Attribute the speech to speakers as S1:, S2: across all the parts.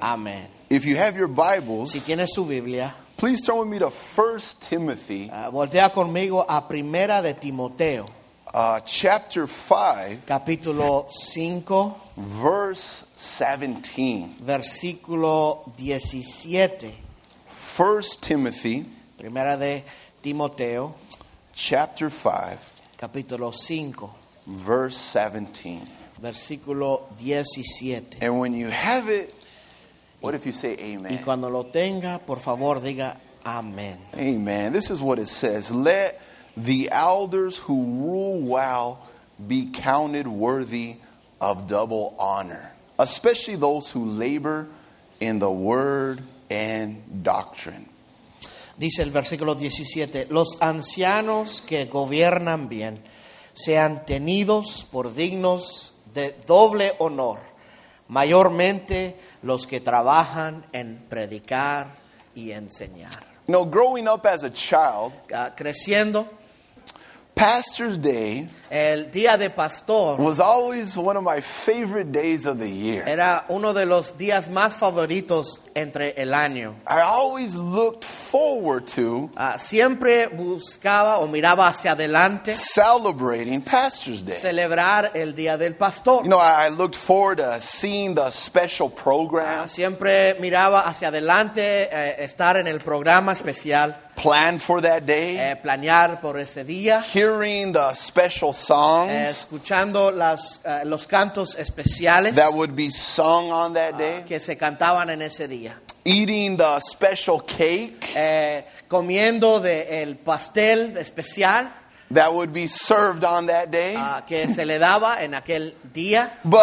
S1: Amen.
S2: Amén.
S1: If you have your Bibles,
S2: Si tienes su Biblia,
S1: please turn with me to 1 Timothy
S2: ah, voltea conmigo a Primera de Timoteo,
S1: uh, chapter 5,
S2: capítulo 5,
S1: verse 17.
S2: versículo 17.
S1: 1 Timothy
S2: Primera de Timoteo,
S1: chapter 5,
S2: capítulo 5,
S1: verse 17.
S2: versículo 17.
S1: And when you have it, what if you say amen?
S2: Y cuando lo tenga, por favor, diga amén.
S1: Amen. This is what it says. Let the elders who rule well be counted worthy of double honor, especially those who labor in the word and doctrine.
S2: Dice el versículo 17, los ancianos que gobiernan bien sean tenidos por dignos de doble honor, mayormente los que trabajan en predicar y enseñar.
S1: You know, growing up as a child,
S2: Ah, Creciendo,
S1: Pastor's Day
S2: el día de pastor
S1: was always one of my favorite days of the year.
S2: era uno de los días más favoritos entre el año.
S1: I always looked forward to
S2: Ah, siempre buscaba o miraba hacia adelante
S1: celebrating Pastor's Day.
S2: celebrar el día del pastor.
S1: You know, I I looked forward to seeing the special programs.
S2: Ah, Siempre miraba hacia adelante, eh, estar en el programa especial,
S1: plan for that day,
S2: eh, planear por ese día,
S1: hearing the special
S2: eh,
S1: songs
S2: escuchando las, eh, los cantos especiales
S1: that would be sung on that day,
S2: que se cantaban en ese día,
S1: eating the special cake
S2: eh, comiendo del pastel especial
S1: that would be served on that day.
S2: ah, que se le daba en aquel día.
S1: But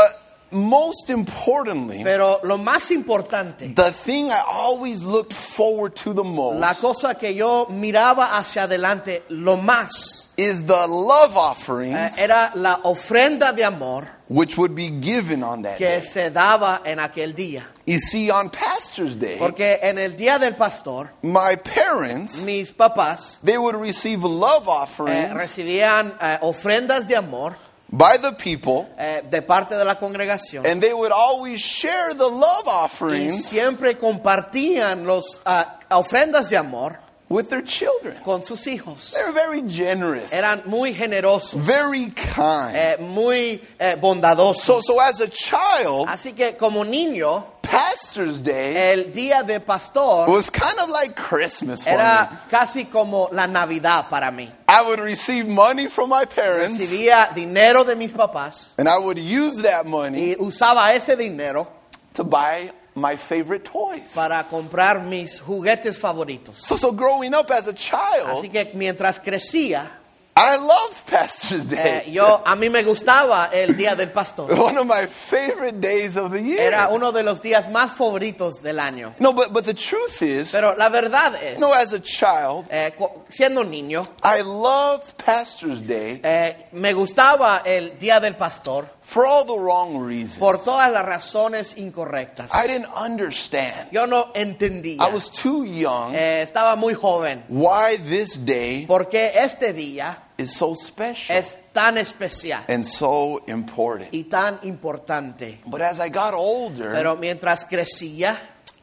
S1: most importantly,
S2: Pero lo más importante,
S1: the thing I always looked forward to
S2: la
S1: the most
S2: cosa que yo miraba hacia adelante, lo más,
S1: is the love
S2: eh,
S1: offerings
S2: era la ofrenda de amor
S1: which would be given on that
S2: que
S1: day.
S2: se daba en aquel día.
S1: You see, on Pastor's Day,
S2: Porque en el día del pastor,
S1: my parents.
S2: mis papás
S1: They would receive love
S2: eh,
S1: offerings
S2: recibían eh, ofrendas de amor
S1: by the people
S2: eh, de parte de la congregación.
S1: And they would always share the love
S2: Y
S1: offerings
S2: siempre compartían las ofrendas de amor
S1: with their children.
S2: con sus hijos.
S1: They were very generous,
S2: Eran muy generosos,
S1: very kind.
S2: eh, muy eh,
S1: so,
S2: bondadosos.
S1: so as a child,
S2: Así que como niño,
S1: Pastor's Day
S2: el día de pastor
S1: was kind of like Christmas for me.
S2: Eh, era casi como la Navidad para mí.
S1: I would receive money from my parents,
S2: Recibía dinero de mis papás
S1: and I would use that money
S2: y usaba ese dinero
S1: to buy my favorite toys.
S2: para comprar mis juguetes favoritos.
S1: So, so growing up as a
S2: Así
S1: child,
S2: que mientras crecía,
S1: I loved Pastor's Day.
S2: eh, yo a mí me gustaba el día del pastor.
S1: One of my favorite days of the year.
S2: Era uno de los días más favoritos del año.
S1: no, but, but the truth is,
S2: Pero la verdad es,
S1: no, as a child,
S2: eh, cu- siendo niño,
S1: I loved Pastor's Day
S2: eh, me gustaba el día del pastor
S1: for all the wrong reasons.
S2: por todas las razones incorrectas.
S1: I didn't understand.
S2: Yo no entendía.
S1: I was too young
S2: Eh, estaba muy joven.
S1: why this day
S2: Porque este día
S1: is so special
S2: es tan especial
S1: and so important.
S2: y tan importante.
S1: But as I got older,
S2: Pero mientras crecía,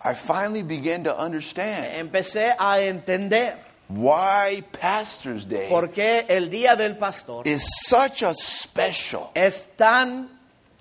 S1: I finally began to understand
S2: empecé a entender
S1: why Pastor's Day
S2: por qué el día del pastor
S1: is such a special
S2: es tan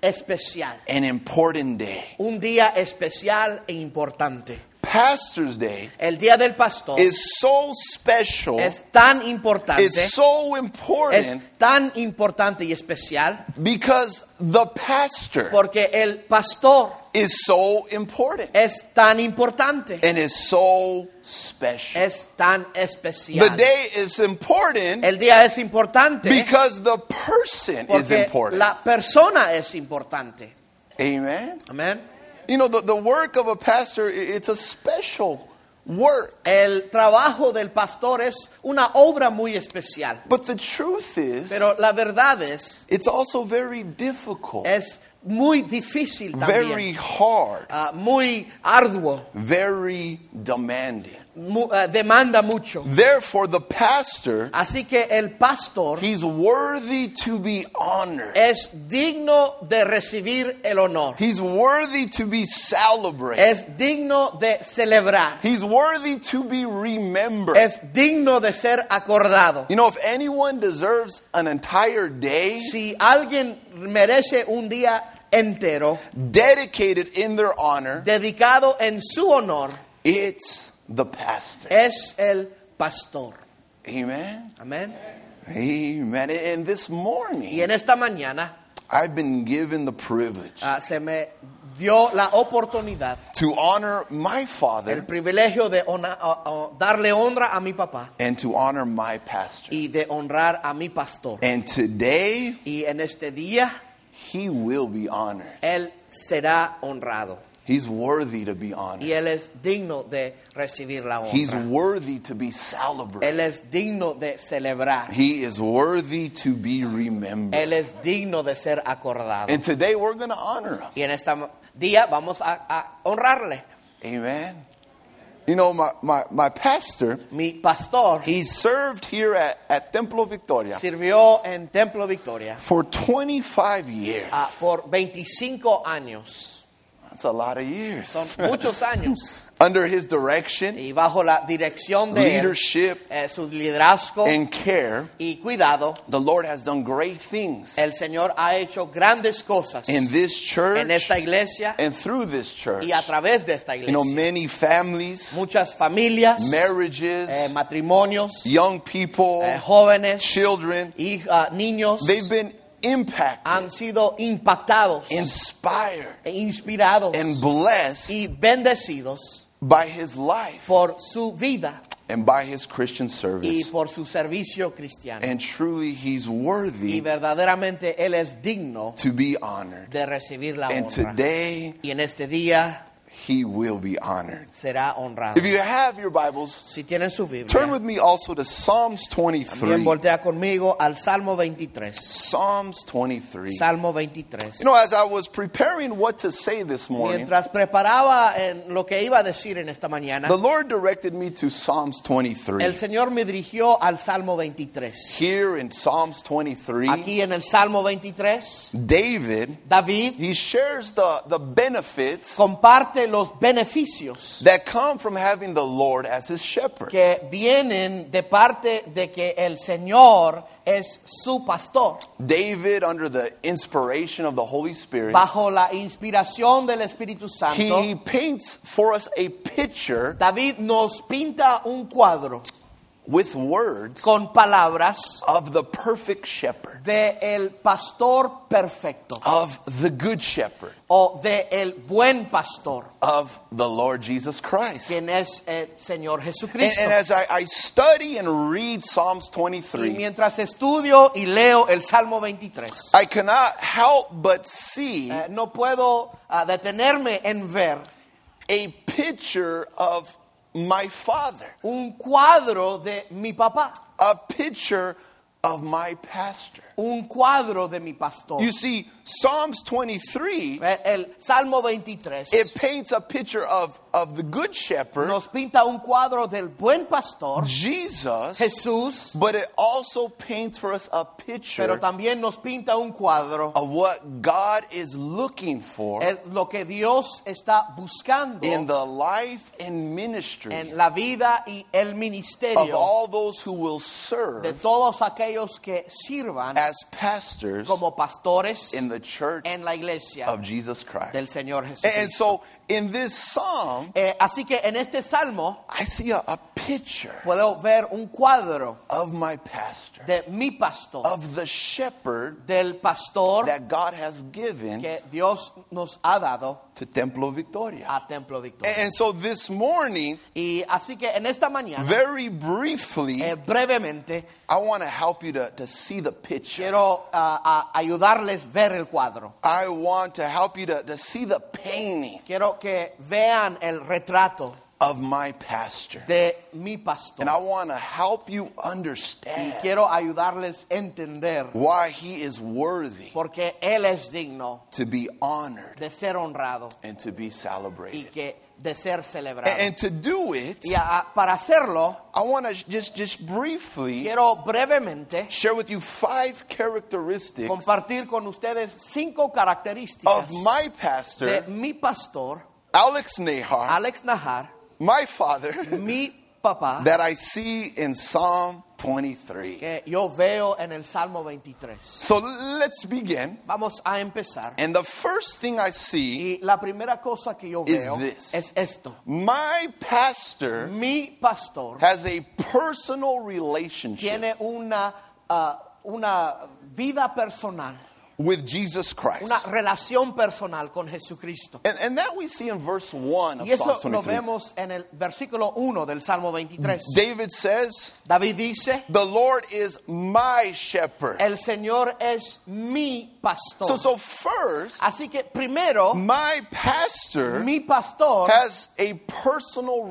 S2: especial,
S1: and important day.
S2: un día especial e importante.
S1: Pastor's Day
S2: El día del pastor
S1: is so special,
S2: es tan importante,
S1: it's so important
S2: es tan importante y especial
S1: because the pastor
S2: porque el pastor
S1: is so important
S2: es tan importante,
S1: and is so special.
S2: es tan
S1: The
S2: especial.
S1: day is important
S2: El día es importante
S1: because the person is
S2: porque
S1: important.
S2: la persona es importante.
S1: Amen.
S2: Amén.
S1: You know, the, the work of a pastor, i- it's a special work.
S2: El trabajo del pastor es una obra muy especial,
S1: But the truth is,
S2: pero la verdad es,
S1: it's also very difficult,
S2: es muy difícil Eh, también,
S1: very hard,
S2: ah, muy arduo,
S1: very demanding.
S2: mu- eh, demanda mucho.
S1: Therefore, the pastor,
S2: Así que el pastor
S1: he's worthy to be honored.
S2: es digno de recibir el honor.
S1: He's worthy to be celebrated.
S2: Es digno de celebrar.
S1: He's worthy to be remembered.
S2: Es digno de ser acordado.
S1: You know, if anyone deserves an entire day
S2: Si alguien merece un día entero
S1: dedicated in their honor,
S2: dedicado en su honor,
S1: it's the pastor.
S2: es el pastor.
S1: Amen.
S2: Amén.
S1: Amen. And this
S2: Y
S1: morning,
S2: en esta mañana
S1: I've been given the privilege
S2: ah, se me dio la oportunidad,
S1: to honor my
S2: el
S1: father
S2: privilegio de hona- ah, ah, darle honra a mi papá
S1: and to honor my pastor.
S2: y de honrar a mi pastor.
S1: And today,
S2: Y en este día
S1: he will be honored.
S2: él será honrado
S1: He's worthy to be
S2: y
S1: honored.
S2: él es digno de recibir la
S1: He's
S2: honra.
S1: worthy to be celebrated.
S2: Él es digno de celebrar.
S1: He is worthy to be remembered.
S2: Él es digno de ser acordado.
S1: And today we're going to honor him.
S2: Y en este día vamos a, a honrarle.
S1: Amen. You know, my, my, my pastor,
S2: Mi pastor
S1: he served here at, at Templo Victoria
S2: sirvió en Templo Victoria
S1: for 25 years.
S2: ah, por 25 años.
S1: That's a lot of years.
S2: Son muchos años.
S1: Under his direction,
S2: Y bajo la dirección de él,
S1: leadership,
S2: eh, su liderazgo
S1: and care,
S2: y cuidado,
S1: the Lord has done great things
S2: el Señor ha hecho grandes cosas
S1: in this
S2: en
S1: church
S2: esta iglesia
S1: and through this church.
S2: y a través de esta
S1: You
S2: iglesia.
S1: know, many families,
S2: Muchas familias, eh,
S1: marriages,
S2: matrimonios,
S1: young people,
S2: eh, jóvenes,
S1: children,
S2: y, ah, niños
S1: they've been impacted,
S2: han sido impactados,
S1: inspired,
S2: e inspirados
S1: and blessed
S2: y bendecidos
S1: by his life
S2: por su vida
S1: and by his Christian
S2: y
S1: service.
S2: por su servicio cristiano.
S1: And truly, he's
S2: y
S1: worthy
S2: verdaderamente Él es digno
S1: to be honored.
S2: de recibir la
S1: And
S2: honra.
S1: today,
S2: y en este día
S1: he will be honored.
S2: será honrado.
S1: If you have your Bibles,
S2: si tienen su
S1: turn
S2: Biblia,
S1: with me also to Psalms
S2: bien
S1: 23.
S2: voltea conmigo al Salmo 23.
S1: Psalms 23.
S2: Salmo 23.
S1: You know, as I was preparing what to say this morning,
S2: Mientras preparaba en lo que iba a decir en esta mañana,
S1: The Lord directed me to Psalms
S2: el
S1: 23.
S2: Señor me dirigió al Salmo 23.
S1: Here in Psalms 23,
S2: Aquí en el Salmo 23,
S1: David,
S2: David
S1: he shares the, the benefits
S2: comparte los beneficios
S1: that come from having the Lord as his shepherd.
S2: que vienen de parte de que el Señor es su pastor.
S1: David, under the inspiration of the Holy Spirit,
S2: Bajo la inspiración del Espíritu Santo,
S1: he, he paints for us a picture
S2: David nos pinta un cuadro
S1: with words
S2: con palabras
S1: of the perfect shepherd,
S2: de el pastor perfecto
S1: of the good shepherd,
S2: o de el buen pastor,
S1: of the Lord Jesus Christ.
S2: quien
S1: And,
S2: es el Señor Jesucristo.
S1: and as I, I study and read Psalms
S2: Y
S1: 23,
S2: mientras estudio y leo el Salmo 23,
S1: I cannot help but see
S2: eh, no puedo ah, detenerme en ver
S1: a picture of my father,
S2: un cuadro de mi papá,
S1: a picture of my pastor.
S2: un cuadro de mi pastor.
S1: You see, Psalms 23,
S2: Eh, El Salmo 23
S1: it paints a picture of, of the good shepherd,
S2: nos pinta un cuadro del buen pastor,
S1: Jesus,
S2: Jesús,
S1: but it also paints for us a
S2: pero
S1: picture
S2: también nos pinta un cuadro,
S1: of what God is looking for
S2: es lo que Dios está buscando
S1: in the life and
S2: en
S1: ministry
S2: la vida y el
S1: of
S2: ministerio
S1: all those who will
S2: de
S1: serve
S2: todos aquellos que sirvan
S1: as pastors
S2: como pastores
S1: in the church
S2: en la iglesia
S1: of Jesus Christ.
S2: del
S1: And,
S2: Señor
S1: and
S2: Jesús.
S1: so in this psalm,
S2: así que en este salmo
S1: I see a, a picture
S2: puedo ver un cuadro
S1: of my pastor,
S2: de mi pastor,
S1: of the shepherd
S2: del pastor
S1: that God has given
S2: que Dios nos ha dado
S1: to Templo Victoria.
S2: a Templo Victoria.
S1: And so this morning,
S2: Y así que en esta mañana,
S1: very briefly,
S2: eh, brevemente,
S1: I want to help you to, to see the picture.
S2: quiero ah, ah, ayudarles ver el cuadro.
S1: I want to help you to, to see the painting
S2: Quiero que vean el retrato
S1: of my pastor.
S2: de mi
S1: And I
S2: pastor.
S1: want to help you
S2: Y
S1: understand
S2: quiero ayudarles a entender
S1: why he is worthy
S2: porque Él es digno
S1: to be honored
S2: de ser honrado
S1: and to be
S2: y
S1: celebrated.
S2: que de ser celebrado.
S1: And, and to do it,
S2: Y a- a- para hacerlo,
S1: I want to just, just briefly
S2: quiero brevemente
S1: share with you five characteristics
S2: compartir con ustedes cinco características
S1: of my
S2: de
S1: pastor,
S2: mi pastor,
S1: Alex Nahar,
S2: Alex Najar,
S1: my father,
S2: mi papá,
S1: that I see in Psalm 23.
S2: que yo veo en el Salmo 23.
S1: So let's begin.
S2: Vamos a empezar.
S1: And the first thing I see,
S2: Y la primera cosa que yo
S1: Is
S2: veo
S1: this.
S2: es esto.
S1: my pastor
S2: Mi pastor
S1: has a personal relationship
S2: tiene una, ah, una vida personal,
S1: with Jesus Christ.
S2: una relación personal con Jesucristo.
S1: And, and that we see in verse 1 of
S2: Y eso
S1: Psalm
S2: lo
S1: 23.
S2: vemos en el versículo 1 del Salmo 23.
S1: David says,
S2: David dice,
S1: The Lord is my shepherd.
S2: el Señor es mi pastor.
S1: So, so first,
S2: Así que primero,
S1: my pastor
S2: mi pastor
S1: has a personal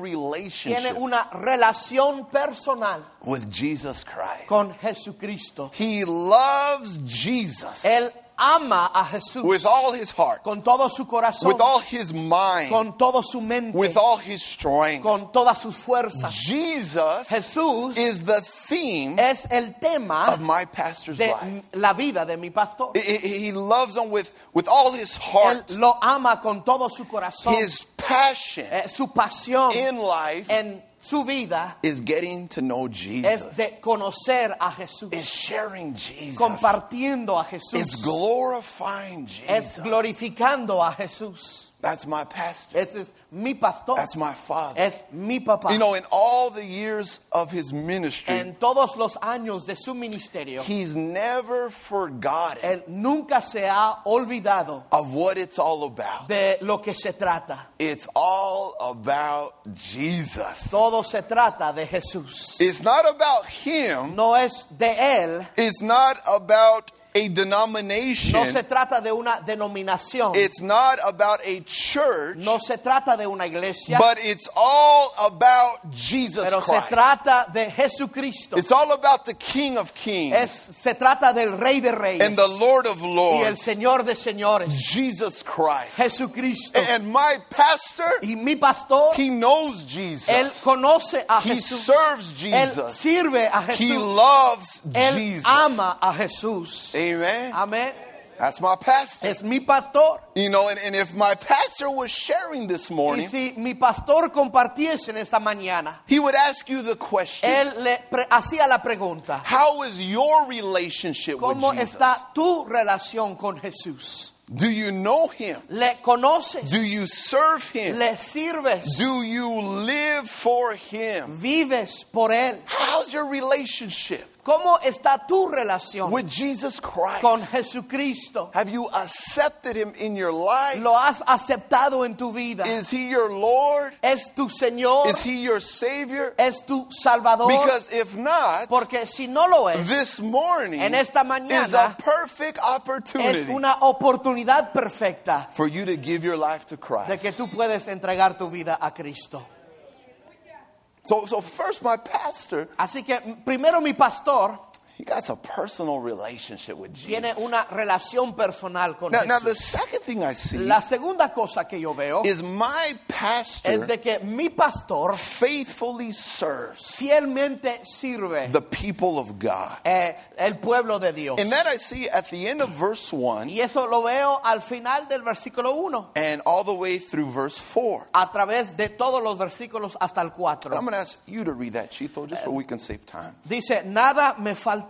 S2: tiene
S1: relationship
S2: una relación personal
S1: with Jesus Christ.
S2: con Jesucristo.
S1: He loves Jesus
S2: Él ama a Jesús
S1: with all his heart,
S2: con todo su corazón,
S1: with all his mind,
S2: con todo su mente,
S1: with all his strength.
S2: con todas sus fuerzas.
S1: Jesus
S2: Jesús
S1: is the theme
S2: es el tema
S1: of my pastor's
S2: de
S1: life.
S2: la vida de mi pastor.
S1: He- He he loves him with, with all
S2: Él
S1: his heart,
S2: lo ama con todo su corazón.
S1: his passion
S2: Eh, su pasión
S1: in life
S2: en su vida
S1: is getting to know
S2: es
S1: Jesus,
S2: de conocer a Jesús,
S1: is sharing Jesus,
S2: compartiendo a
S1: is
S2: Jesús,
S1: glorifying
S2: es
S1: Jesus.
S2: glorificando a Jesús.
S1: That's my pastor.
S2: Ese es mi pastor,
S1: That's my father.
S2: es mi papá.
S1: You know, in all the years of his ministry,
S2: en todos los años de su ministerio,
S1: he's never forgotten
S2: él nunca se ha olvidado
S1: of what it's all about.
S2: de lo que se trata.
S1: It's all about Jesus.
S2: Todo se trata de Jesús.
S1: It's not about him.
S2: No es de él,
S1: It's not about a
S2: no se
S1: denomination.
S2: trata de una denominación,
S1: It's not about a church.
S2: no se trata de una iglesia,
S1: But it's all about Jesus
S2: pero se
S1: Christ.
S2: trata de Jesucristo.
S1: It's all about the King of Kings
S2: Es, se trata del Rey de Reyes
S1: and the Lord of
S2: y el
S1: Lords,
S2: Señor de Señores,
S1: Jesus Christ.
S2: Jesucristo.
S1: And my pastor,
S2: Y mi pastor,
S1: he knows
S2: él
S1: Jesus.
S2: conoce a
S1: He
S2: Jesús,
S1: serves
S2: él
S1: Jesus.
S2: sirve a
S1: He
S2: Jesús,
S1: loves
S2: él
S1: Jesus.
S2: ama a Jesús.
S1: Amen.
S2: Amén.
S1: That's my pastor.
S2: Es mi pastor.
S1: You know, and, and if my pastor was sharing this
S2: Y
S1: morning,
S2: si mi pastor compartiese en esta mañana,
S1: he would ask you the question
S2: él le pre- hacía la pregunta.
S1: How is your relationship with
S2: ¿Cómo
S1: Jesus?
S2: está tu relación con Jesús?
S1: Do you know him?
S2: ¿Le conoces?
S1: Do you serve him?
S2: ¿Le sirves?
S1: Do you live for Him?
S2: ¿Vives por Él?
S1: How's your relationship
S2: ¿Cómo está tu relación
S1: with Jesus Christ?
S2: con Jesucristo?
S1: Have you accepted Him in your life?
S2: ¿Lo has aceptado en tu vida?
S1: Is He your Lord?
S2: ¿Es tu Señor?
S1: Is He your Savior?
S2: ¿Es tu Salvador?
S1: Because if not,
S2: Porque si no lo es,
S1: this morning
S2: En esta mañana
S1: is a perfect
S2: es
S1: opportunity
S2: una oportunidad perfecta
S1: for you to give your life to
S2: de que
S1: Christ.
S2: tú puedes entregar tu vida a Cristo.
S1: So, so first, my pastor,
S2: Así que primero mi pastor
S1: he got a personal relationship with
S2: tiene
S1: Jesus.
S2: una relación personal con
S1: Now, now,
S2: Jesús.
S1: the second thing I see
S2: La segunda cosa que yo veo
S1: is my pastor
S2: es de que mi pastor
S1: faithfully serves
S2: fielmente sirve
S1: the people of God.
S2: eh, el pueblo de Dios.
S1: And that I see at the end of verse 1
S2: Y eso lo veo al final del versículo 1,
S1: and all the way through verse 4.
S2: a través de todos los versículos hasta el
S1: And
S2: 4.
S1: I'm going to ask you to read that, Chito, just so we can save time.
S2: Dice, nada me faltará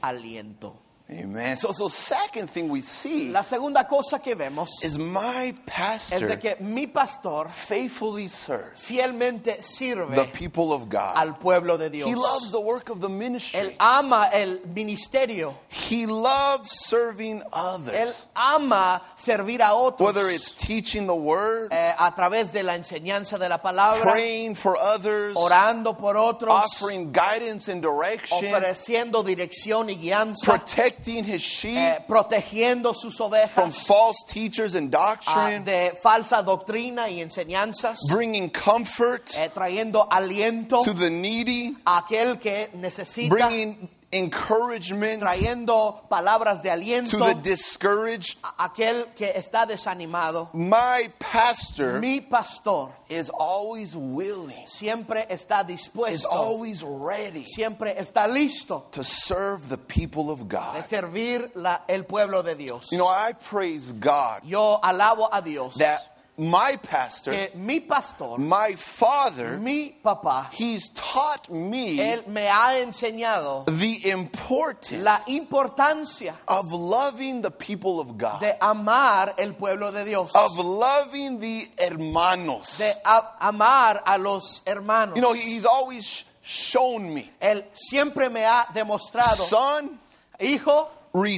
S2: aliento.
S1: Amen. So, so second thing we see
S2: La segunda cosa que vemos
S1: is my
S2: es de
S1: pastor
S2: que mi pastor
S1: faithfully serves
S2: fielmente
S1: the
S2: sirve
S1: people of God.
S2: al pueblo de
S1: He loves
S2: Dios.
S1: the work of the
S2: Él
S1: ministry.
S2: ama el ministerio.
S1: He loves serving
S2: Él
S1: others,
S2: ama servir a otros
S1: whether it's teaching the word,
S2: eh, a través de la enseñanza de la palabra,
S1: praying for others,
S2: orando por otros,
S1: offering guidance and direction,
S2: ofreciendo dirección y guianza,
S1: protecting his sheep
S2: eh, protegiendo sus
S1: from
S2: ovejas
S1: false teachers and
S2: ah,
S1: doctrine,
S2: de falsa doctrina y enseñanzas,
S1: bringing comfort
S2: eh, trayendo aliento
S1: to the needy,
S2: a aquel que necesita,
S1: bringing encouragement
S2: trayendo palabras de
S1: to
S2: aliento
S1: the discouraged.
S2: a aquel que está desanimado.
S1: My pastor
S2: Mi pastor
S1: is always willing,
S2: siempre está
S1: is
S2: dispuesto,
S1: always ready
S2: siempre está listo
S1: to serve the people of
S2: de
S1: God.
S2: servir la- el pueblo de Dios.
S1: You know, I praise God
S2: Yo alabo a Dios
S1: that my pastor,
S2: que mi pastor,
S1: my father,
S2: mi papá,
S1: he's taught me
S2: él me ha enseñado
S1: the importance
S2: la importancia
S1: of loving the people of God,
S2: de amar el pueblo de Dios,
S1: of loving the hermanos.
S2: de a- amar a los hermanos.
S1: You know, he's always shown me,
S2: él siempre me ha demostrado,
S1: son,
S2: hijo,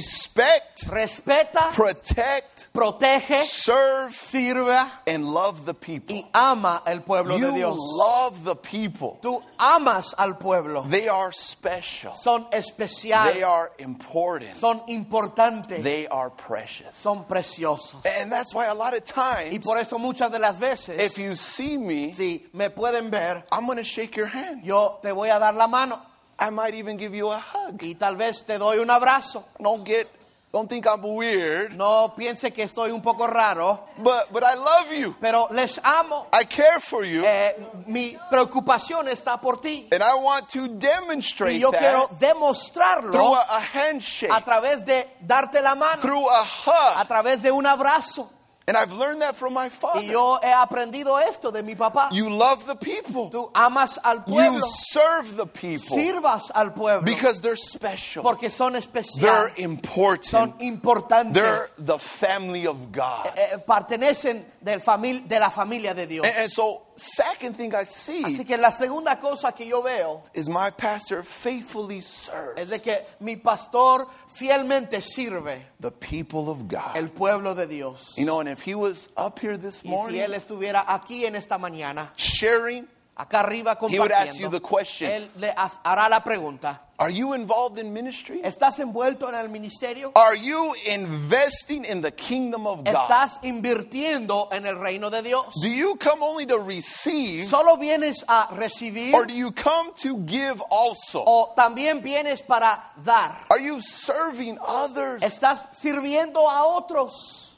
S1: respect,
S2: respeta,
S1: protect,
S2: protege,
S1: serve,
S2: sirva
S1: and love the people.
S2: y ama el pueblo de
S1: You
S2: Dios.
S1: love the people.
S2: Tú amas al pueblo.
S1: They are special.
S2: son especiales,
S1: They are important.
S2: son importantes,
S1: They are precious.
S2: son preciosos.
S1: And that's why a lot of
S2: Y
S1: times,
S2: por eso muchas de las veces,
S1: if you see me,
S2: si me pueden ver,
S1: I'm going to shake your hand.
S2: yo te voy a dar la mano
S1: I might even give you a hug.
S2: y tal vez te doy un abrazo.
S1: Don't get, don't think I'm weird,
S2: No piense que estoy un poco raro,
S1: but, but I love you.
S2: pero les amo.
S1: I care for you.
S2: Eh, mi preocupación está por ti.
S1: And I want to
S2: Y
S1: demonstrate
S2: yo quiero
S1: that through
S2: demostrarlo
S1: a, a handshake,
S2: a través de darte la mano,
S1: through a
S2: a
S1: hug.
S2: través de un abrazo.
S1: And I've learned that from my
S2: Y
S1: father.
S2: yo he aprendido esto de mi papá.
S1: You love the people.
S2: Tú amas al
S1: You
S2: pueblo.
S1: serve the people
S2: sirvas al pueblo
S1: because they're special.
S2: porque son
S1: They're
S2: especiales, son
S1: important.
S2: importantes,
S1: They're the family of God.
S2: eh, pertenecen del famil- de la familia de Dios.
S1: And, and so, second thing I
S2: Así
S1: see
S2: que la segunda cosa que yo veo
S1: is my pastor faithfully
S2: es
S1: serves
S2: de que mi pastor fielmente sirve
S1: the people of God.
S2: el pueblo de Dios.
S1: You know, and if he was up here this
S2: Y si él
S1: morning
S2: estuviera aquí en esta mañana,
S1: sharing,
S2: acá arriba
S1: he would ask you
S2: compartiendo, eh,
S1: the question
S2: él le ha- hará la pregunta,
S1: Are you involved in ministry?
S2: ¿estás envuelto en el ministerio?
S1: Are you investing in the kingdom of God?
S2: ¿Estás invirtiendo en el reino de Dios?
S1: Do you come only to receive
S2: ¿Solo vienes a recibir
S1: or do you come to give also?
S2: o también vienes para dar.
S1: Are you serving others?
S2: Estás sirviendo a otros.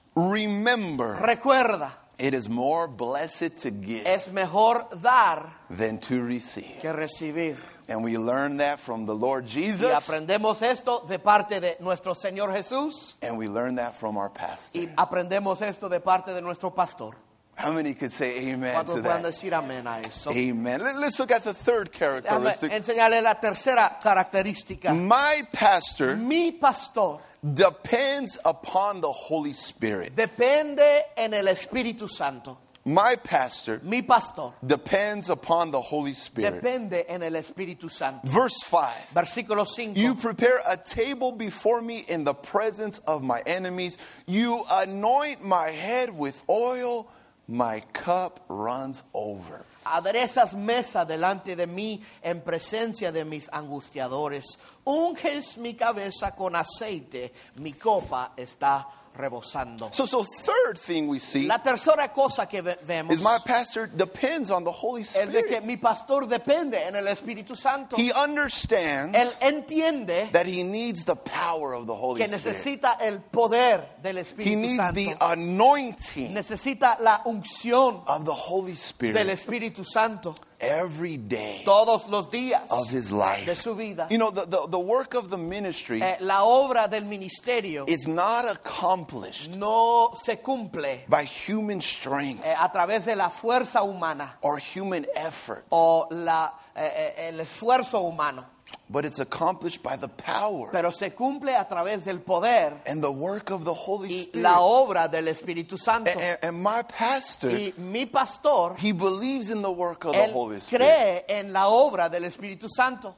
S1: Remember,
S2: Recuerda,
S1: it is more blessed to give
S2: es mejor dar
S1: than to receive.
S2: que recibir.
S1: And we learn that from the Lord
S2: Y
S1: Jesus
S2: aprendemos esto de parte de nuestro Señor Jesús
S1: and we learn that from our pastor.
S2: y aprendemos esto de parte de nuestro pastor.
S1: How many could say amen
S2: Cuando
S1: to
S2: puedan
S1: that?
S2: decir amén a eso.
S1: Amen. Let- Let's look at the third
S2: Déjame
S1: characteristic.
S2: enseñarle la tercera característica.
S1: Mm. My pastor
S2: Mi pastor
S1: depends upon the Holy Spirit.
S2: depende en el Espíritu Santo.
S1: My pastor
S2: Mi pastor
S1: depends upon the Holy Spirit.
S2: depende en el Espíritu Santo.
S1: Verse 5
S2: Versículo 5.
S1: You prepare a table before me in the presence of my enemies. You anoint my head with oil. My cup runs over.
S2: Aderezas mesa delante de mí en presencia de mis angustiadores. Unges mi cabeza con aceite, mi copa está rebosando.
S1: So, so third thing we see
S2: La tercera cosa que ve- vemos
S1: is my pastor depends on the Holy
S2: es de que
S1: Spirit.
S2: mi pastor depende en el Espíritu Santo.
S1: He
S2: Él
S1: understands
S2: entiende
S1: that he needs the power of the Holy
S2: que
S1: Spirit.
S2: necesita el poder del
S1: He
S2: Espíritu
S1: needs the
S2: Santo.
S1: anointing
S2: Necesita la unción
S1: of the Holy
S2: del
S1: Spirit
S2: Espíritu Santo
S1: every day
S2: todos los días
S1: of his
S2: de
S1: life.
S2: su vida.
S1: You know, the, the, the work of the ministry
S2: Eh, la obra del ministerio
S1: is not accomplished
S2: no se cumple
S1: by human strength
S2: eh, a través de la fuerza humana
S1: or human effort,
S2: o la, eh, eh, el esfuerzo humano.
S1: but it's accomplished by the power
S2: pero se cumple a través del poder
S1: and the work of the Holy
S2: y
S1: Spirit. Eh,
S2: la obra del Espíritu Santo.
S1: And- and- and my pastor,
S2: Y mi pastor,
S1: he believes in the work of eh, the
S2: él
S1: Holy Spirit,
S2: cree en la obra del Espíritu Santo,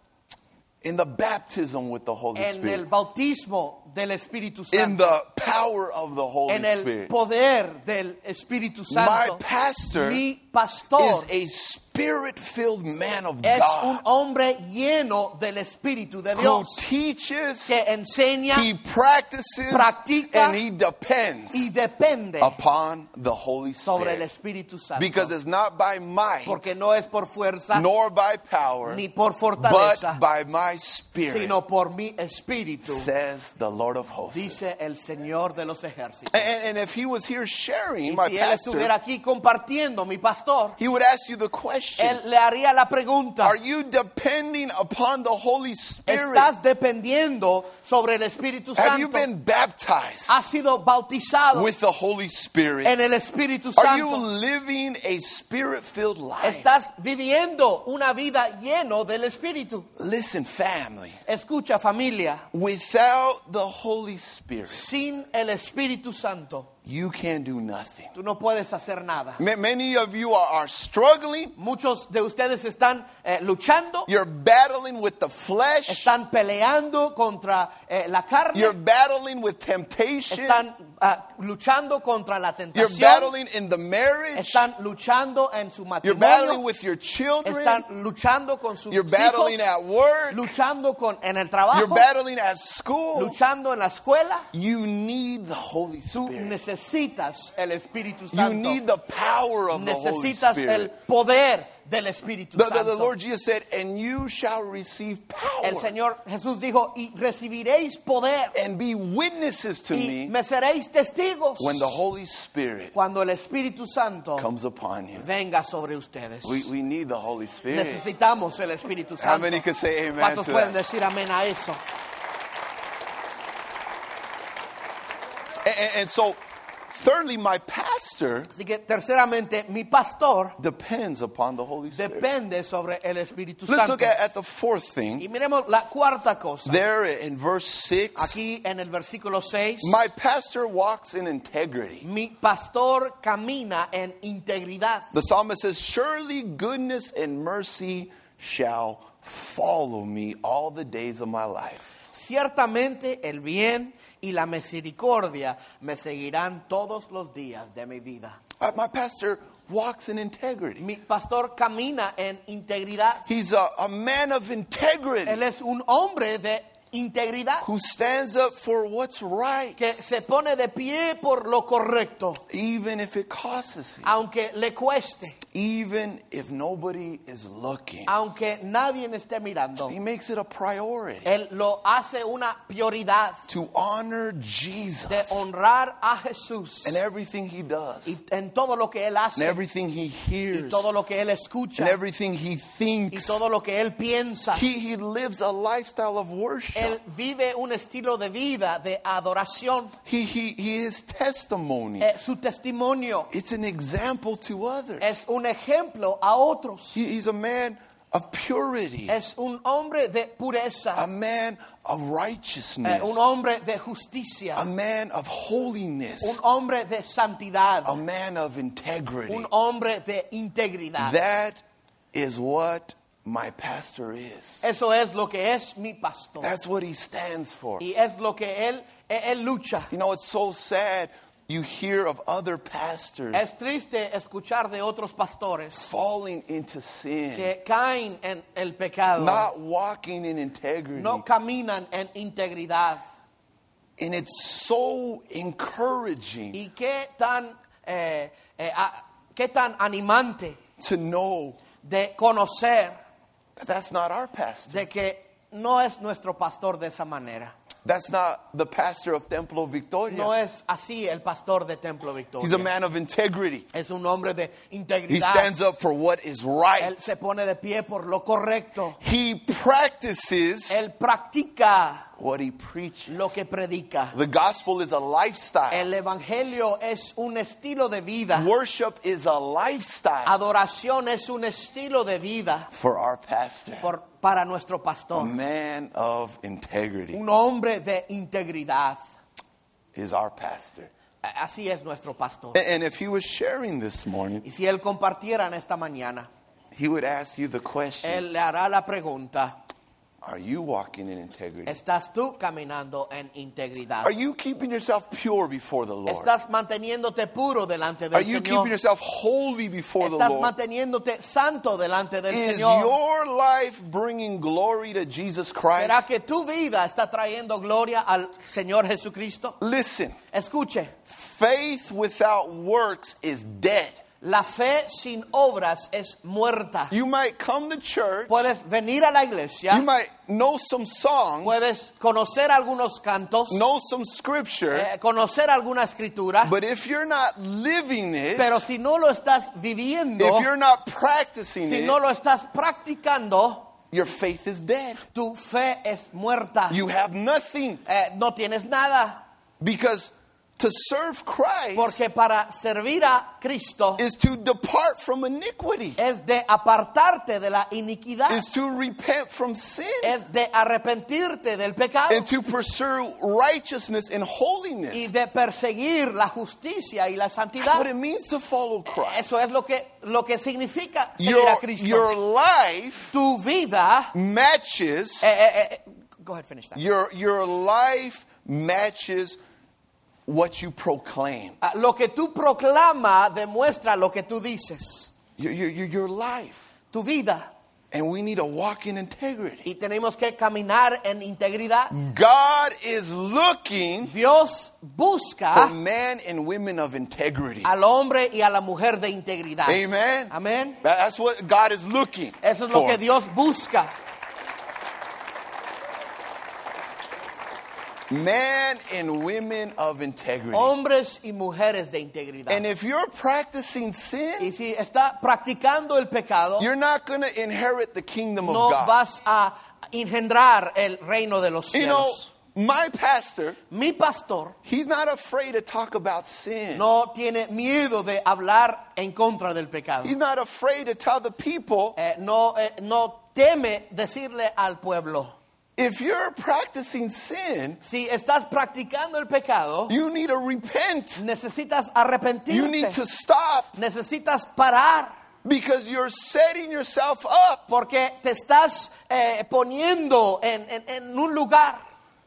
S1: in the baptism with the Holy
S2: en el
S1: Spirit,
S2: bautismo del Espíritu
S1: in
S2: Santo,
S1: the power of the Holy
S2: en el
S1: Spirit.
S2: poder del Espíritu
S1: My
S2: Santo.
S1: pastor
S2: Mi
S1: is
S2: pastor
S1: a spirit-filled man of
S2: es un
S1: God
S2: hombre lleno del Espíritu de
S1: who
S2: Dios
S1: teaches,
S2: que enseña
S1: he practices,
S2: practica
S1: and he depends
S2: y depende
S1: upon the Holy
S2: sobre el
S1: Spirit.
S2: Espíritu Santo.
S1: Because it's not by might,
S2: Porque no es por fuerza
S1: nor by power,
S2: ni por fortaleza,
S1: but by my spirit,
S2: sino por mi espíritu,
S1: says the Lord of hosts.
S2: dice el Señor de los ejércitos.
S1: And, and if he was here sharing,
S2: y
S1: eh, my
S2: si él estuviera
S1: pastor,
S2: aquí compartiendo, mi pastor,
S1: he would ask you the question,
S2: él le haría la pregunta,
S1: are you depending upon the Holy Spirit?
S2: ¿estás dependiendo sobre el Espíritu
S1: Have you
S2: Santo?
S1: been baptized
S2: ¿Has sido bautizado
S1: with the Holy Spirit?
S2: en el Espíritu
S1: Are you
S2: Santo?
S1: living a spirit filled life?
S2: ¿Estás viviendo una vida lleno del Espíritu?
S1: Listen, family,
S2: Escucha familia,
S1: without the Holy Spirit,
S2: sin el Espíritu Santo
S1: you can do nothing.
S2: tú no puedes hacer nada.
S1: Ma- Many of you are, are struggling.
S2: Muchos de ustedes están eh, luchando,
S1: You're battling with the flesh.
S2: están peleando contra eh, la carne,
S1: You're battling with temptation.
S2: están ah, luchando contra la
S1: You're
S2: tentación,
S1: battling in the marriage.
S2: están luchando en su
S1: You're battling
S2: matrimonio,
S1: with your children.
S2: están luchando con sus
S1: You're
S2: hijos,
S1: battling at work.
S2: luchando con, en el
S1: You're
S2: trabajo,
S1: battling at school.
S2: luchando en la escuela.
S1: You need the Holy
S2: Tú
S1: Spirit.
S2: necesitas el Espíritu
S1: You
S2: Santo,
S1: need the power of the Holy
S2: necesitas el
S1: Spirit.
S2: poder del Espíritu
S1: The, the- the
S2: Santo.
S1: Lord Jesus said, and you shall receive
S2: el
S1: power
S2: Señor Jesús dijo, y recibiréis poder.
S1: and be witnesses to
S2: y
S1: me
S2: me seréis testigos
S1: when the Holy Spirit
S2: cuando el Espíritu Santo
S1: comes upon you.
S2: venga sobre ustedes.
S1: We, we need the Holy Spirit.
S2: Necesitamos el Espíritu
S1: How
S2: Santo.
S1: many can say amen
S2: ¿Cuántos
S1: to
S2: pueden
S1: that?
S2: decir amén a eso?
S1: And, and- and so, thirdly, my pastor
S2: Así que terceramente, mi pastor
S1: depends upon the Holy Spirit.
S2: depende sobre el Espíritu
S1: Let's
S2: Santo.
S1: look at, at the fourth
S2: Y
S1: thing.
S2: miremos la cuarta cosa.
S1: There in verse 6,
S2: Aquí en el versículo 6,
S1: my pastor walks in integrity.
S2: mi pastor camina en integridad.
S1: The psalmist says, Surely goodness and mercy shall follow me all the days of my life.
S2: Ciertamente el bien y la misericordia me seguirán todos los días de mi vida.
S1: Uh, My pastor walks in integrity.
S2: Mi pastor camina en integridad.
S1: He's a, a man of
S2: Él
S1: integrity
S2: es un hombre de integridad
S1: who stands up for what's right,
S2: que se pone de pie por lo correcto,
S1: even if it costs him,
S2: aunque le cueste,
S1: even if nobody is looking.
S2: aunque nadie esté mirando.
S1: He makes it a priority
S2: Él lo hace una prioridad
S1: to honor
S2: de
S1: Jesus
S2: honrar a Jesús
S1: in everything he does,
S2: y en todo lo que él
S1: in
S2: hace,
S1: everything he
S2: y
S1: hears,
S2: todo
S1: in
S2: lo que él escucha,
S1: everything he
S2: y
S1: thinks.
S2: todo lo que él piensa.
S1: He, he lives a lifestyle of worship.
S2: Él vive un estilo de vida de adoración.
S1: He, he, he is testimony.
S2: Eh, su testimonio
S1: It's an example to others.
S2: es un ejemplo a otros.
S1: He- he's a man of purity,
S2: Es un hombre de
S1: a
S2: pureza,
S1: man of righteousness,
S2: eh, un hombre de
S1: a
S2: justicia,
S1: man of holiness,
S2: un hombre de santidad,
S1: a man of integrity.
S2: un hombre de integridad.
S1: That is what my pastor is.
S2: Eso es lo que es mi pastor
S1: That's what he stands for.
S2: y es lo que él, él, él lucha.
S1: You know, it's so sad you hear of other pastors
S2: Es triste escuchar de otros pastores
S1: falling into sin,
S2: que caen en el pecado,
S1: not walking in integrity.
S2: no caminan en integridad.
S1: And it's so encouraging
S2: Y qué tan, eh, eh, a- qué tan animante
S1: to know
S2: de conocer
S1: that that's not our pastor.
S2: de que no es nuestro pastor de esa manera.
S1: That's not the pastor of Templo Victoria.
S2: No es así el pastor de Templo
S1: He's a
S2: Victoria.
S1: man of integrity.
S2: Es un hombre de
S1: He
S2: integridad.
S1: stands up for what is
S2: Él
S1: right.
S2: se pone de pie por lo correcto.
S1: He practices
S2: Él practica
S1: what he preaches.
S2: lo que predica.
S1: The gospel is a lifestyle.
S2: El evangelio es un estilo de vida.
S1: Worship is a lifestyle
S2: Adoración es un estilo de vida
S1: for our pastor,
S2: por- para nuestro
S1: a
S2: pastor.
S1: man of integrity.
S2: Un hombre de integridad.
S1: is our pastor.
S2: A- Así es nuestro pastor.
S1: A- And if he was sharing this morning,
S2: Y si él compartiera en esta mañana,
S1: he would ask you the question
S2: él le hará la pregunta,
S1: Are you walking in integrity?
S2: ¿estás tú caminando en integridad?
S1: Are you keeping yourself pure before the Lord?
S2: ¿Estás manteniéndote puro delante
S1: Are
S2: del
S1: you keeping
S2: Señor?
S1: yourself holy before the
S2: ¿Estás
S1: Lord?
S2: manteniéndote santo delante del
S1: Is
S2: Señor?
S1: your life bringing glory to Jesus
S2: ¿Será
S1: Christ?
S2: que tu vida está trayendo gloria al Señor Jesucristo?
S1: Listen,
S2: Escuche,
S1: faith without works is dead.
S2: la fe sin obras es muerta.
S1: You might come to church,
S2: Puedes venir a la
S1: you
S2: iglesia,
S1: might know some songs,
S2: puedes conocer algunos cantos,
S1: know some scripture,
S2: eh, conocer alguna escritura,
S1: but if you're not living it,
S2: pero si no lo estás viviendo,
S1: If you're not practicing
S2: si
S1: it,
S2: no lo estás practicando,
S1: your faith is dead.
S2: tu fe es muerta.
S1: You have nothing
S2: Eh, no tienes nada.
S1: because to serve Christ
S2: Porque para servir a Cristo
S1: is to depart from iniquity,
S2: es de apartarte de la iniquidad,
S1: is to repent from sin,
S2: es de arrepentirte del pecado
S1: and to pursue righteousness and holiness.
S2: y de perseguir la justicia y la
S1: That's what
S2: santidad.
S1: it means to follow Christ.
S2: Eso es lo que, lo que significa seguir a
S1: Your,
S2: Cristo.
S1: your life
S2: tu vida...
S1: matches
S2: eh, eh, eh, go ahead, finish that.
S1: your your life matches what you proclaim.
S2: Ah, lo que tú proclama demuestra lo que tú dices.
S1: Your, your, your your life.
S2: Tu vida.
S1: And we need to walk in integrity.
S2: Y tenemos que caminar en integridad.
S1: God is looking
S2: Dios
S1: for
S2: busca
S1: men and women of integrity.
S2: al hombre y a la mujer de integridad.
S1: Amen.
S2: Amén.
S1: That- That's what God is looking
S2: Eso es lo
S1: for.
S2: que Dios busca.
S1: Men and women of integrity.
S2: Oh, Hombres y mujeres de integridad.
S1: And if you're practicing
S2: y
S1: sin,
S2: si está practicando el pecado,
S1: you're not going to inherit the kingdom of
S2: no
S1: God.
S2: vas a engendrar el reino de los
S1: you know,
S2: cielos.
S1: my pastor,
S2: Mi pastor
S1: he's not afraid to talk about sin.
S2: no tiene miedo de hablar en contra del pecado.
S1: He's not afraid to tell the people,
S2: Eh, no, eh, no teme decirle al pueblo,
S1: if you're practicing sin,
S2: si estás practicando el pecado,
S1: you need to repent.
S2: necesitas
S1: You need
S2: arrepentirte.
S1: to stop.
S2: Necesitas parar.
S1: Because you're setting yourself up
S2: Porque te estás eh, poniendo en, en- en un lugar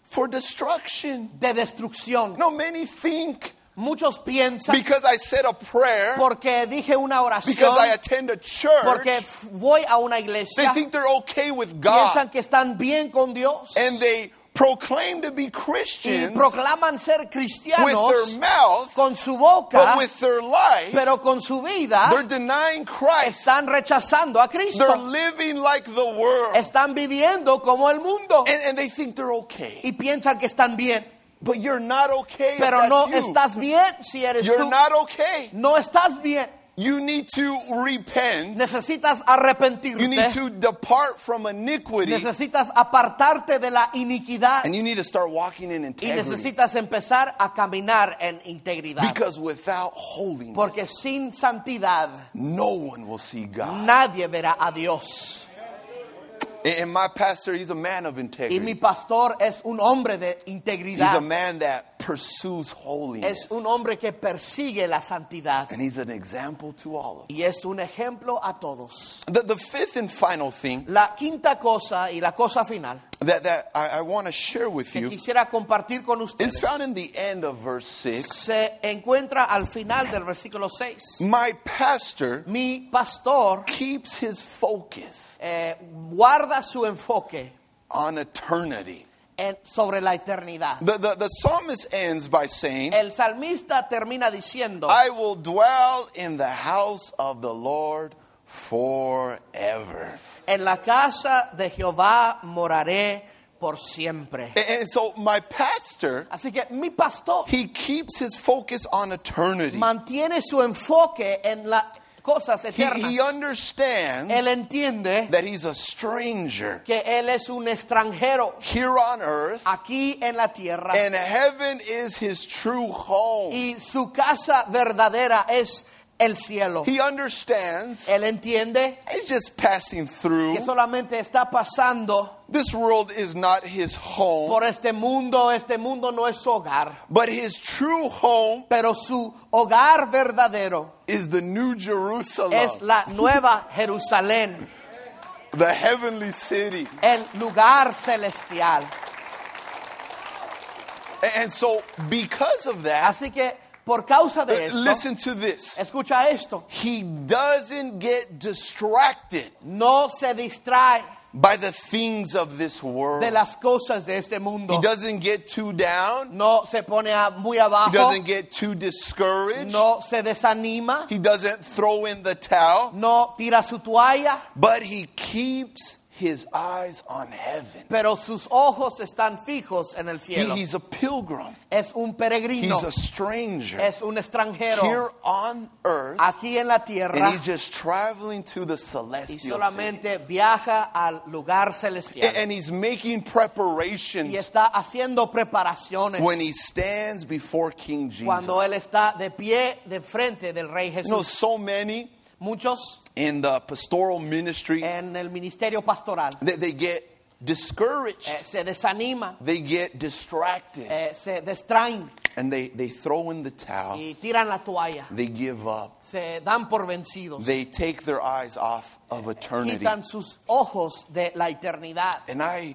S1: for destruction.
S2: de destrucción.
S1: No, many think
S2: Muchos piensan,
S1: because I said a prayer,
S2: porque dije una oración,
S1: because I attend a church,
S2: porque f- voy a una
S1: they
S2: iglesia,
S1: think they're okay with
S2: piensan
S1: God.
S2: que están bien con Dios
S1: And they proclaim to be
S2: y
S1: Christians with
S2: proclaman ser cristianos
S1: their mouth,
S2: con su boca,
S1: but with their life,
S2: pero con su vida
S1: they're denying Christ.
S2: están rechazando a
S1: They're
S2: Cristo.
S1: living like the world.
S2: Están viviendo como el mundo
S1: And, and they think they're okay.
S2: y piensan que están bien.
S1: But you're not okay. if
S2: Pero no
S1: that's you.
S2: estás bien si eres
S1: You're
S2: tú.
S1: not okay.
S2: No estás bien.
S1: You need to repent.
S2: Necesitas
S1: You need
S2: arrepentirte.
S1: to depart from iniquity
S2: Necesitas apartarte de la iniquidad.
S1: and you need to start walking in
S2: Y
S1: integrity.
S2: necesitas empezar a caminar en integridad.
S1: Because without holiness,
S2: Porque sin santidad
S1: no one will see God.
S2: nadie verá a Dios.
S1: And and my pastor, he's a man of
S2: Y mi
S1: integrity.
S2: pastor es un hombre de
S1: He's a
S2: integridad.
S1: man that pursues
S2: Es
S1: holiness.
S2: un hombre que persigue la santidad.
S1: And he's an example to all of us.
S2: Y es un ejemplo a todos.
S1: The, the fifth and final thing
S2: La quinta cosa y la cosa final
S1: that, that I, I want to share with
S2: que
S1: you
S2: quisiera compartir con
S1: is
S2: ustedes
S1: found in the end of verse 6.
S2: se encuentra al final del versículo 6.
S1: My pastor
S2: Mi pastor
S1: keeps his focus
S2: eh, guarda su enfoque
S1: on eternity.
S2: en- sobre la eternidad.
S1: The, the, the psalmist ends by saying,
S2: El salmista termina diciendo,
S1: I will dwell in the house of the Lord forever.
S2: en la casa de Jehová moraré por siempre.
S1: And, and so my pastor,
S2: Así que mi pastor
S1: he keeps his focus on eternity.
S2: mantiene su enfoque en la cosas
S1: He,
S2: eternas.
S1: he understands
S2: él entiende
S1: that he's a stranger
S2: que él es un extranjero
S1: here on earth
S2: aquí en la tierra
S1: and heaven is his true home.
S2: y su casa verdadera es el cielo.
S1: He understands
S2: él entiende
S1: he's just passing through.
S2: que solamente está pasando
S1: This world is not his home,
S2: por este mundo, este mundo no es su hogar,
S1: but his true home
S2: pero su hogar verdadero
S1: is the New Jerusalem,
S2: es la nueva Jerusalén,
S1: the heavenly city.
S2: el lugar celestial.
S1: And so, because of that, uh,
S2: Así que por causa de esto,
S1: listen to this.
S2: escucha esto,
S1: He doesn't get distracted
S2: no se distrae
S1: by the things of this world.
S2: de las cosas de este mundo.
S1: He doesn't get too down.
S2: No se pone a- muy
S1: He
S2: abajo,
S1: doesn't get too discouraged.
S2: no se desanima,
S1: He doesn't throw in the towel,
S2: no tira su toalla,
S1: but he keeps his eyes on heaven.
S2: pero sus ojos están fijos en el
S1: He-
S2: cielo.
S1: he's a pilgrim.
S2: es un peregrino,
S1: He's a stranger
S2: es un extranjero
S1: here on earth,
S2: aquí en la
S1: and
S2: tierra
S1: he's just traveling to the
S2: y
S1: celestial city.
S2: solamente viaja al lugar celestial
S1: A- And he's making
S2: y
S1: preparations
S2: está haciendo preparaciones
S1: when he stands before King Jesus.
S2: cuando él está de pie de frente del rey
S1: You know,
S2: Jesús.
S1: so many
S2: Muchos
S1: in the pastoral ministry,
S2: en el ministerio pastoral
S1: they, they get discouraged,
S2: eh, se desaniman,
S1: they get distracted,
S2: eh, se distraen
S1: and they, they throw in the towel.
S2: y tiran la toalla,
S1: They give up.
S2: se dan por vencidos,
S1: They take their eyes off of eternity.
S2: quitan sus ojos de la eternidad.
S1: And I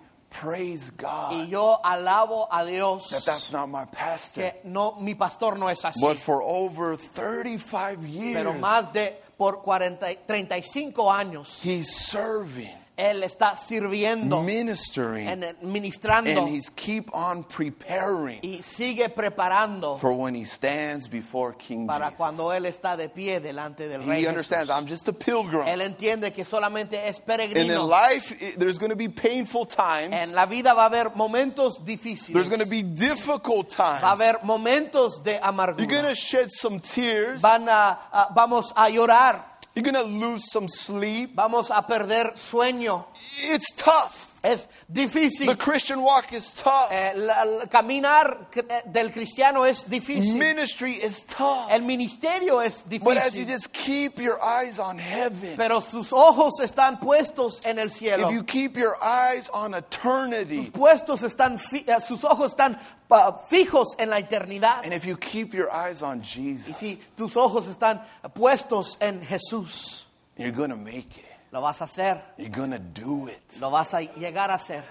S2: Y
S1: praise God
S2: yo alabo a
S1: that that's
S2: Dios
S1: not my pastor.
S2: que no mi pastor no es así.
S1: But for over 35
S2: Pero
S1: years,
S2: más de por 40, y 35 años
S1: he's serving,
S2: él está sirviendo, en
S1: ministering,
S2: el- ministrando
S1: and he's keep on preparing
S2: y sigue preparando
S1: for when he stands before King
S2: para
S1: Jesus.
S2: cuando él está de pie delante del rey.
S1: He
S2: Jesús.
S1: understands I'm just a
S2: Él
S1: pilgrim.
S2: entiende que solamente es
S1: And in
S2: peregrino.
S1: life, it- there's going to be painful times.
S2: en la vida va a haber momentos
S1: There's
S2: difíciles.
S1: going to be difficult
S2: va a
S1: times.
S2: haber momentos de
S1: You're going
S2: amargura.
S1: to shed some tears.
S2: Van a, a- vamos a llorar,
S1: You're going to lose some sleep.
S2: vamos a perder sueño.
S1: It's tough.
S2: Es
S1: The
S2: difícil.
S1: Christian walk is tough.
S2: Eh, la- la- caminar cre- del cristiano es difícil.
S1: Ministry is tough.
S2: El ministerio es
S1: But as you
S2: difícil,
S1: just keep your eyes on heaven,
S2: pero sus ojos están puestos en el cielo.
S1: if you keep your eyes on eternity,
S2: Puestos están fi- eh, sus ojos están pa- fijos en la eternidad.
S1: and if you keep your eyes on
S2: Y
S1: Jesus,
S2: si tus ojos están puestos en Jesús,
S1: you're going to make it.
S2: lo vas a hacer,
S1: You're going to do it.
S2: lo vas a llegar a hacer.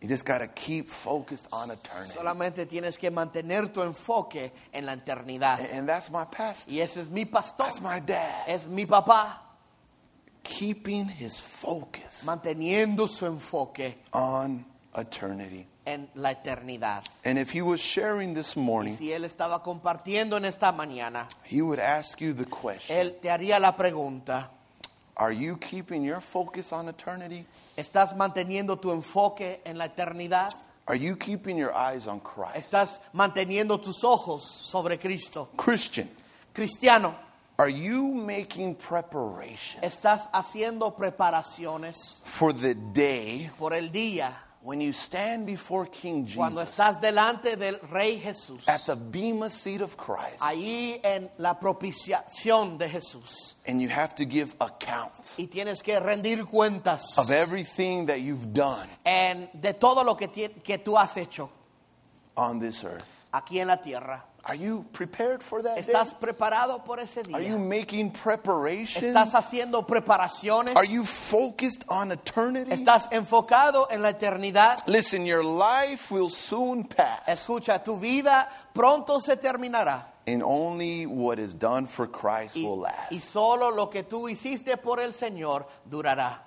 S1: You just got to keep focused on eternity.
S2: Solamente tienes que mantener tu enfoque en la eternidad.
S1: And that's my pastor.
S2: Y ese es mi pastor,
S1: That's my dad.
S2: es mi papá,
S1: Keeping his focus
S2: manteniendo su enfoque
S1: on eternity.
S2: en la eternidad.
S1: And if he was sharing this
S2: Y
S1: morning,
S2: si él estaba compartiendo en esta mañana,
S1: he would ask you the question
S2: Él te haría la pregunta,
S1: Are you keeping your focus on eternity?
S2: ¿estás manteniendo tu enfoque en la eternidad?
S1: Are you keeping your eyes on Christ?
S2: ¿Estás manteniendo tus ojos sobre Cristo?
S1: Christian,
S2: Cristiano,
S1: are you making preparation
S2: ¿estás haciendo preparaciones
S1: for the day
S2: por el día
S1: when you stand before King
S2: cuando
S1: Jesus
S2: estás delante del Rey Jesús?
S1: at the Bema seat of Christ
S2: Ahí en la propiciación de Jesús.
S1: and you have to give account
S2: Y tienes que rendir cuentas
S1: of everything that you've done
S2: en- de todo lo que, ti- que tú has hecho
S1: on this earth?
S2: aquí en la tierra.
S1: Are you prepared for that day?
S2: ¿Estás preparado por ese
S1: Are you
S2: día?
S1: making preparations?
S2: ¿Estás haciendo preparaciones?
S1: Are you focused on eternity?
S2: Estás enfocado en la eternidad.
S1: Listen, your life will soon pass,
S2: Escucha, tu vida pronto se terminará.
S1: and only what is done for Christ
S2: Y,
S1: will
S2: y
S1: last.
S2: solo lo que tú hiciste por el Señor durará.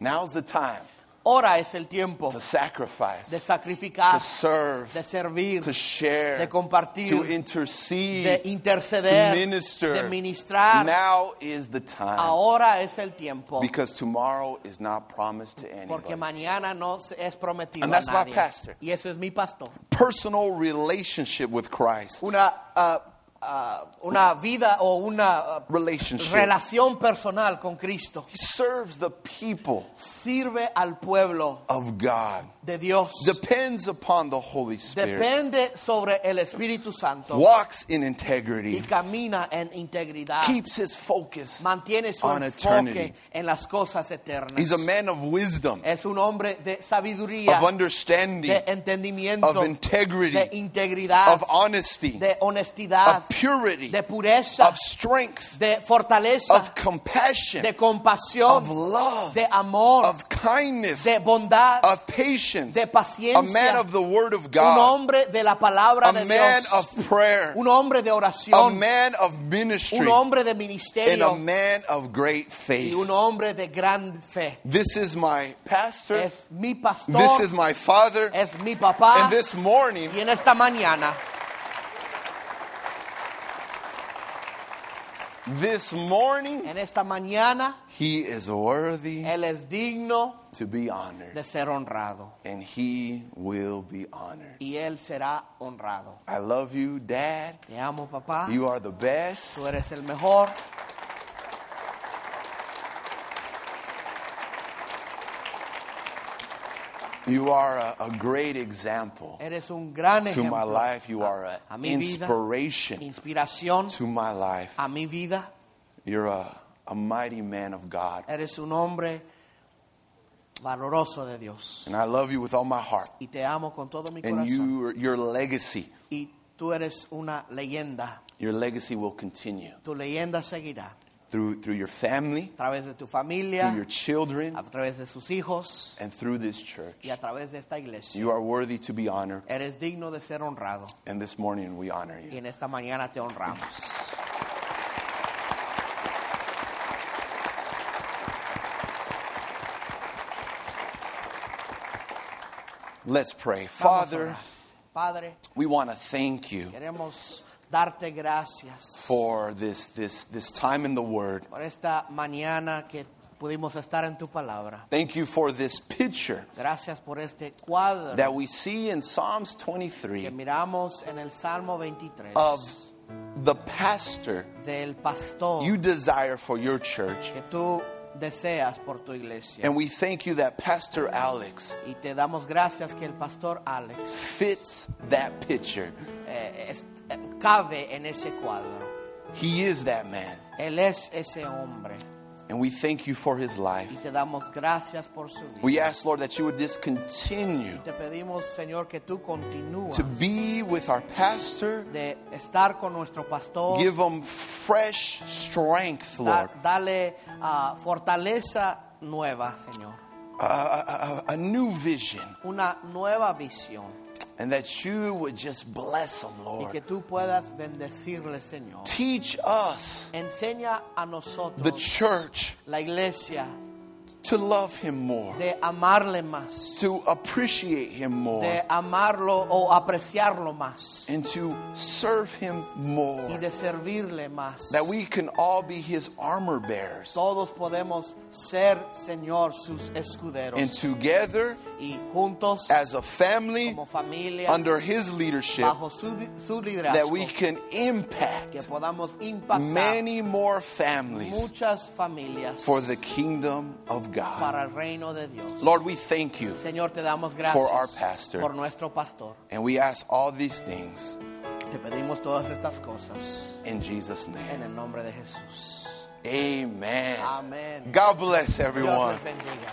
S1: Now's the time
S2: Ahora es el tiempo
S1: to
S2: de
S1: sacrifice,
S2: sacrificar,
S1: to serve,
S2: Ah, de servir,
S1: to share,
S2: de compartir,
S1: to
S2: de
S1: intercede, to
S2: interceder, de
S1: minister.
S2: ministrar.
S1: Now is the time
S2: Ahora es el tiempo,
S1: because tomorrow is not promised to
S2: porque
S1: anybody.
S2: mañana no se- es prometido
S1: And
S2: a
S1: that's my
S2: nadie.
S1: pastor.
S2: Y eso es mi pastor.
S1: Personal relationship with Christ
S2: Una ah, ah, una vida o una ah,
S1: relationship.
S2: relación personal con Cristo.
S1: He serves the people
S2: Sirve al pueblo
S1: of God.
S2: de Dios.
S1: Depends upon the Holy Spirit.
S2: Depende sobre el Espíritu Santo
S1: Walks in
S2: y
S1: integrity.
S2: camina en integridad.
S1: Keeps his focus.
S2: Mantiene su
S1: on
S2: enfoque
S1: eternity.
S2: en las cosas eternas.
S1: He's a man of wisdom,
S2: es un hombre de sabiduría,
S1: of understanding,
S2: de entendimiento,
S1: of integrity,
S2: de integridad,
S1: of honesty,
S2: de honestidad,
S1: of purity,
S2: de pureza,
S1: of strength,
S2: de fortaleza,
S1: of compassion,
S2: de compasión,
S1: of love,
S2: de amor,
S1: of kindness,
S2: de bondad,
S1: of patience,
S2: de
S1: a man
S2: paciencia,
S1: of the word of
S2: un
S1: God,
S2: hombre de la palabra
S1: a
S2: de
S1: man
S2: Dios,
S1: of prayer,
S2: un hombre de
S1: a
S2: oración,
S1: man of
S2: un
S1: ministry,
S2: hombre de
S1: and a
S2: ministerio
S1: man of great
S2: y
S1: faith.
S2: un hombre de gran fe.
S1: This is my pastor,
S2: Es mi pastor,
S1: this is my father,
S2: es mi papá
S1: and this morning
S2: y en esta mañana,
S1: This morning,
S2: en esta mañana,
S1: he is worthy
S2: Él es digno
S1: to be honored,
S2: de ser honrado
S1: and he will be honored.
S2: y Él será honrado.
S1: I love you, Dad.
S2: Te amo, papá.
S1: You are the best.
S2: Ah. Tú eres el mejor.
S1: You are a, a great example
S2: Eres un gran
S1: to my
S2: ejemplo.
S1: life. You are
S2: a
S1: an
S2: mi vida,
S1: inspiration
S2: inspiración
S1: to my life.
S2: a mi vida.
S1: You're a, a mighty man of God,
S2: Eres un hombre valoroso de Dios.
S1: and I love you with all my heart.
S2: Y te amo con todo mi
S1: And
S2: corazón.
S1: you, your legacy,
S2: Y tú eres una leyenda.
S1: your legacy will continue
S2: Tu leyenda seguirá
S1: through, through your family,
S2: a través de tu
S1: through your
S2: familia,
S1: children,
S2: a través de sus hijos
S1: and through this church.
S2: y a través de esta iglesia.
S1: You are worthy to be honored.
S2: Eres digno de ser honrado.
S1: And this morning we honor
S2: Y
S1: you.
S2: en esta mañana te honramos.
S1: Let's pray.
S2: Vamos a
S1: Father,
S2: orar. Padre,
S1: we want to thank you
S2: queremos darte gracias
S1: for this, this, this time in the Word.
S2: por esta mañana que pudimos estar en tu palabra.
S1: Thank you for this picture
S2: Gracias por este cuadro
S1: that we see in Psalms
S2: que
S1: 23
S2: miramos en el Salmo 23
S1: of the pastor
S2: del pastor
S1: you desire for your church.
S2: que tú deseas por tu iglesia.
S1: And we thank you that Pastor Alex
S2: Y te damos gracias que el pastor Alex
S1: fits that picture.
S2: eh, es- eh, cabe en ese cuadro.
S1: He is that man.
S2: Él es ese hombre.
S1: And we thank you for his life.
S2: Y te damos gracias por su vida.
S1: We ask, Lord, that you would just continue
S2: Te pedimos, Señor, que tú continúes
S1: to be with our pastor.
S2: de estar con nuestro pastor.
S1: Give them fresh strength,
S2: Da-
S1: Lord.
S2: dale ah, fortaleza nueva, Señor.
S1: A, a- a- a new vision.
S2: Una nueva visión.
S1: And that you would just bless them,
S2: Y que
S1: Lord.
S2: tú puedas bendecirle, Señor.
S1: Teach us,
S2: Enseña a
S1: the
S2: nosotros,
S1: church,
S2: la iglesia,
S1: to love him more,
S2: de amarle más,
S1: to appreciate him more,
S2: de amarlo o apreciarlo más
S1: and to serve him
S2: y
S1: more.
S2: de servirle más.
S1: That we can all be his armor bearers.
S2: Todos podemos ser, Señor, sus escuderos.
S1: And together,
S2: y juntos,
S1: as a family,
S2: como familia,
S1: under his leadership,
S2: bajo su, su
S1: that
S2: liderazgo,
S1: we can
S2: que
S1: impact
S2: podamos impactar
S1: many more families
S2: muchas familias
S1: for the kingdom of God.
S2: para el reino de Dios.
S1: Lord, we thank you
S2: Señor, te damos gracias
S1: for our pastor.
S2: por nuestro pastor.
S1: and we ask all these things
S2: Te pedimos todas estas cosas
S1: in Jesus' name.
S2: en el nombre de Jesús.
S1: Amen.
S2: Amén.
S1: God bless
S2: Dios
S1: everyone.
S2: les bendiga.